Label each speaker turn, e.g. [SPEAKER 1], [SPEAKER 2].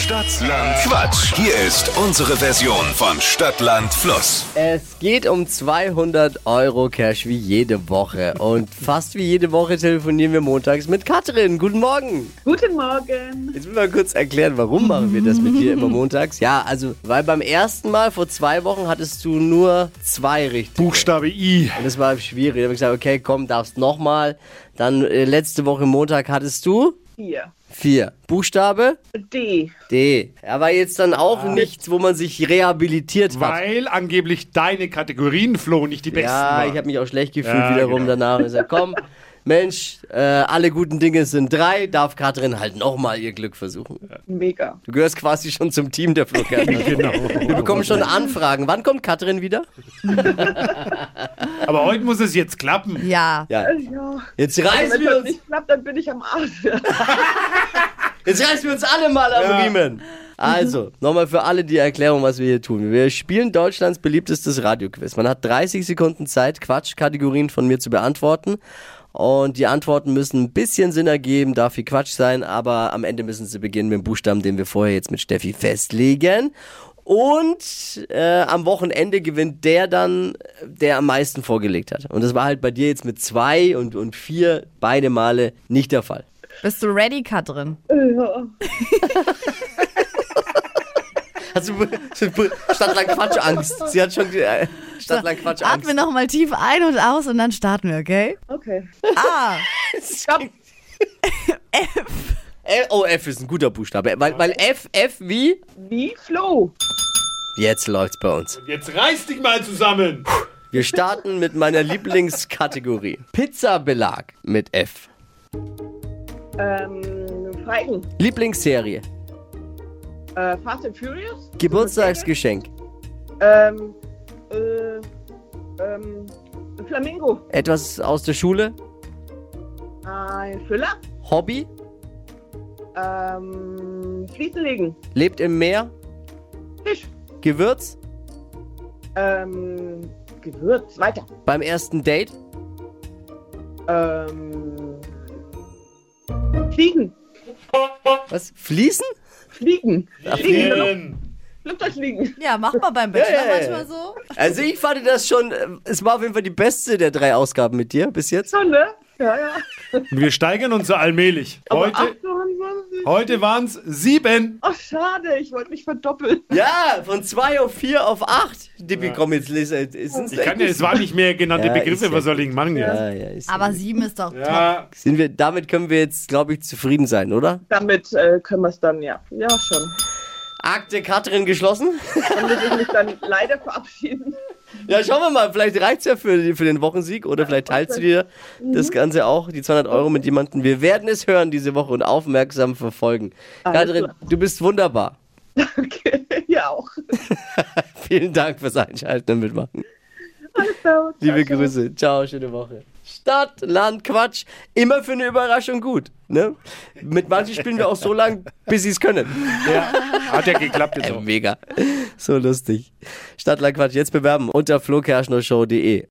[SPEAKER 1] Stadtland Quatsch. Hier ist unsere Version von Stadtland Fluss.
[SPEAKER 2] Es geht um 200 Euro Cash wie jede Woche. Und fast wie jede Woche telefonieren wir montags mit Katrin. Guten Morgen.
[SPEAKER 3] Guten Morgen.
[SPEAKER 2] Jetzt will mal kurz erklären, warum machen wir das mit dir immer montags? Ja, also, weil beim ersten Mal vor zwei Wochen hattest du nur zwei richtig.
[SPEAKER 4] Buchstabe I.
[SPEAKER 2] Und das war schwierig. Da habe ich gesagt, okay, komm, darfst nochmal. Dann äh, letzte Woche Montag hattest du
[SPEAKER 3] Hier.
[SPEAKER 2] vier. Buchstabe
[SPEAKER 3] D.
[SPEAKER 2] D. Aber jetzt dann auch nichts, wo man sich rehabilitiert hat.
[SPEAKER 4] Weil angeblich deine Kategorien, Flo, nicht die besten
[SPEAKER 2] Ja, ich
[SPEAKER 4] waren.
[SPEAKER 2] habe mich auch schlecht gefühlt
[SPEAKER 4] Ja,
[SPEAKER 2] wiederum
[SPEAKER 4] genau.
[SPEAKER 2] danach. Ich gesagt, komm, Mensch, äh, alle guten Dinge sind drei, darf Katrin halt nochmal ihr Glück versuchen.
[SPEAKER 3] Mega.
[SPEAKER 2] Du gehörst quasi schon zum Team der Fluggärtner.
[SPEAKER 4] Genau.
[SPEAKER 2] Wir bekommen schon Anfragen. Wann kommt Katrin wieder?
[SPEAKER 4] Aber heute muss es jetzt klappen.
[SPEAKER 5] Ja,
[SPEAKER 2] Ja.
[SPEAKER 3] Ja.
[SPEAKER 2] Jetzt reißen
[SPEAKER 3] Ah. Also, Wenn
[SPEAKER 2] wir
[SPEAKER 3] das
[SPEAKER 2] uns,
[SPEAKER 3] nicht klappt, dann bin ich am Arsch.
[SPEAKER 2] jetzt reißen wir uns alle mal am
[SPEAKER 4] Ja.
[SPEAKER 2] Riemen. Also, nochmal für alle die Erklärung, was wir hier tun. Wir spielen Deutschlands beliebtestes Radioquiz. Man hat 30 Sekunden Zeit, Quatschkategorien von mir zu beantworten. Und die Antworten müssen ein bisschen Sinn ergeben, darf viel Quatsch sein, aber am Ende müssen sie beginnen mit dem Buchstaben, den wir vorher jetzt mit Steffi festlegen. Und äh, am Wochenende gewinnt der dann, der am meisten vorgelegt hat. Und das war halt bei dir jetzt mit zwei und, und vier beide Male nicht der Fall.
[SPEAKER 5] bist du ready, Katrin?
[SPEAKER 3] Ja.
[SPEAKER 2] Hast du Stadtlang Quatschangst? Sie hat schon die, äh, Stadtlang
[SPEAKER 5] Atme
[SPEAKER 2] Quatschangst.
[SPEAKER 5] nochmal tief ein und aus und dann starten wir, okay? Ah,
[SPEAKER 3] Okay.
[SPEAKER 5] A.
[SPEAKER 3] Stopp.
[SPEAKER 2] L- Oh, F ist ein guter Buchstabe, weil, weil F, F wie?
[SPEAKER 3] Wie Flo.
[SPEAKER 2] Jetzt läuft's bei uns.
[SPEAKER 4] Jetzt reiß dich mal zusammen.
[SPEAKER 2] Wir starten mit meiner Lieblingskategorie. Pizzabelag mit F.
[SPEAKER 3] Ähm, Freigen.
[SPEAKER 2] Lieblingsserie.
[SPEAKER 3] Äh, Fast and Furious.
[SPEAKER 2] Geburtstagsgeschenk.
[SPEAKER 3] Ähm, äh, ähm, Flamingo.
[SPEAKER 2] Etwas aus der Schule.
[SPEAKER 3] Ein Füller.
[SPEAKER 2] Hobby.
[SPEAKER 3] Ähm, Fließen legen.
[SPEAKER 2] Lebt im Meer.
[SPEAKER 3] Fisch.
[SPEAKER 2] Gewürz.
[SPEAKER 3] Ähm, Gewürz. Weiter.
[SPEAKER 2] Beim ersten Date.
[SPEAKER 3] Ähm, Fliegen.
[SPEAKER 2] Was? Fließen?
[SPEAKER 3] Fliegen.
[SPEAKER 2] Genau.
[SPEAKER 4] Fliegen.
[SPEAKER 3] Flugzeugfliegen.
[SPEAKER 5] Ja, mach mal beim Bachelor
[SPEAKER 2] Ja, ja, ja.
[SPEAKER 5] manchmal so.
[SPEAKER 2] Also ich fand das schon, äh, es war auf jeden Fall die beste der drei Ausgaben mit dir bis jetzt.
[SPEAKER 3] So, ne? Ja, ja.
[SPEAKER 4] Und wir steigern uns so allmählich.
[SPEAKER 2] ah.
[SPEAKER 4] Heute,
[SPEAKER 3] 28.
[SPEAKER 4] heute waren es sieben.
[SPEAKER 3] Oh, schade, ich wollte mich verdoppeln.
[SPEAKER 2] Ja, von 2 auf 4 auf 8. Dippi, komm, jetzt äh, lese. Ist uns
[SPEAKER 4] Ich kann ja, es waren nicht mehr genannte
[SPEAKER 2] Ja,
[SPEAKER 4] Begriffe.
[SPEAKER 2] ist
[SPEAKER 4] Was
[SPEAKER 2] ja
[SPEAKER 4] soll ich machen jetzt?
[SPEAKER 2] ja, ja, ist
[SPEAKER 5] Aber sieben ist doch top.
[SPEAKER 4] Ja.
[SPEAKER 2] sind wir, damit können wir jetzt, glaube ich, zufrieden sein, oder?
[SPEAKER 3] Damit äh, können wir es dann, ja. Ja, schon.
[SPEAKER 2] Akte Katrin geschlossen.
[SPEAKER 3] Dann muss ich mich dann leider verabschieden.
[SPEAKER 2] Ja, schauen wir mal. Vielleicht reicht's ja für, für den Wochensieg oder vielleicht teilst du dir
[SPEAKER 4] Mhm.
[SPEAKER 2] das Ganze auch, die 200 Euro mit jemandem. Wir werden es hören diese Woche und aufmerksam verfolgen.
[SPEAKER 3] Alles
[SPEAKER 2] Katrin,
[SPEAKER 3] klar.
[SPEAKER 2] du bist wunderbar.
[SPEAKER 3] Okay, ja auch.
[SPEAKER 2] Vielen Dank fürs Einschalten und Mitmachen.
[SPEAKER 3] Alles klar.
[SPEAKER 2] Liebe
[SPEAKER 3] Ciao, ciao.
[SPEAKER 2] Grüße. Ciao, schöne Woche. Stadt, Land, Quatsch. Immer für eine Überraschung gut. Ne? Mit manchen spielen wir auch so lange, bis sie es können.
[SPEAKER 4] ja. Hat ja geklappt jetzt
[SPEAKER 2] Äh,
[SPEAKER 4] auch.
[SPEAKER 2] mega. So lustig. Stadt, Land, Quatsch. Jetzt bewerben unter flokerschnershow.de.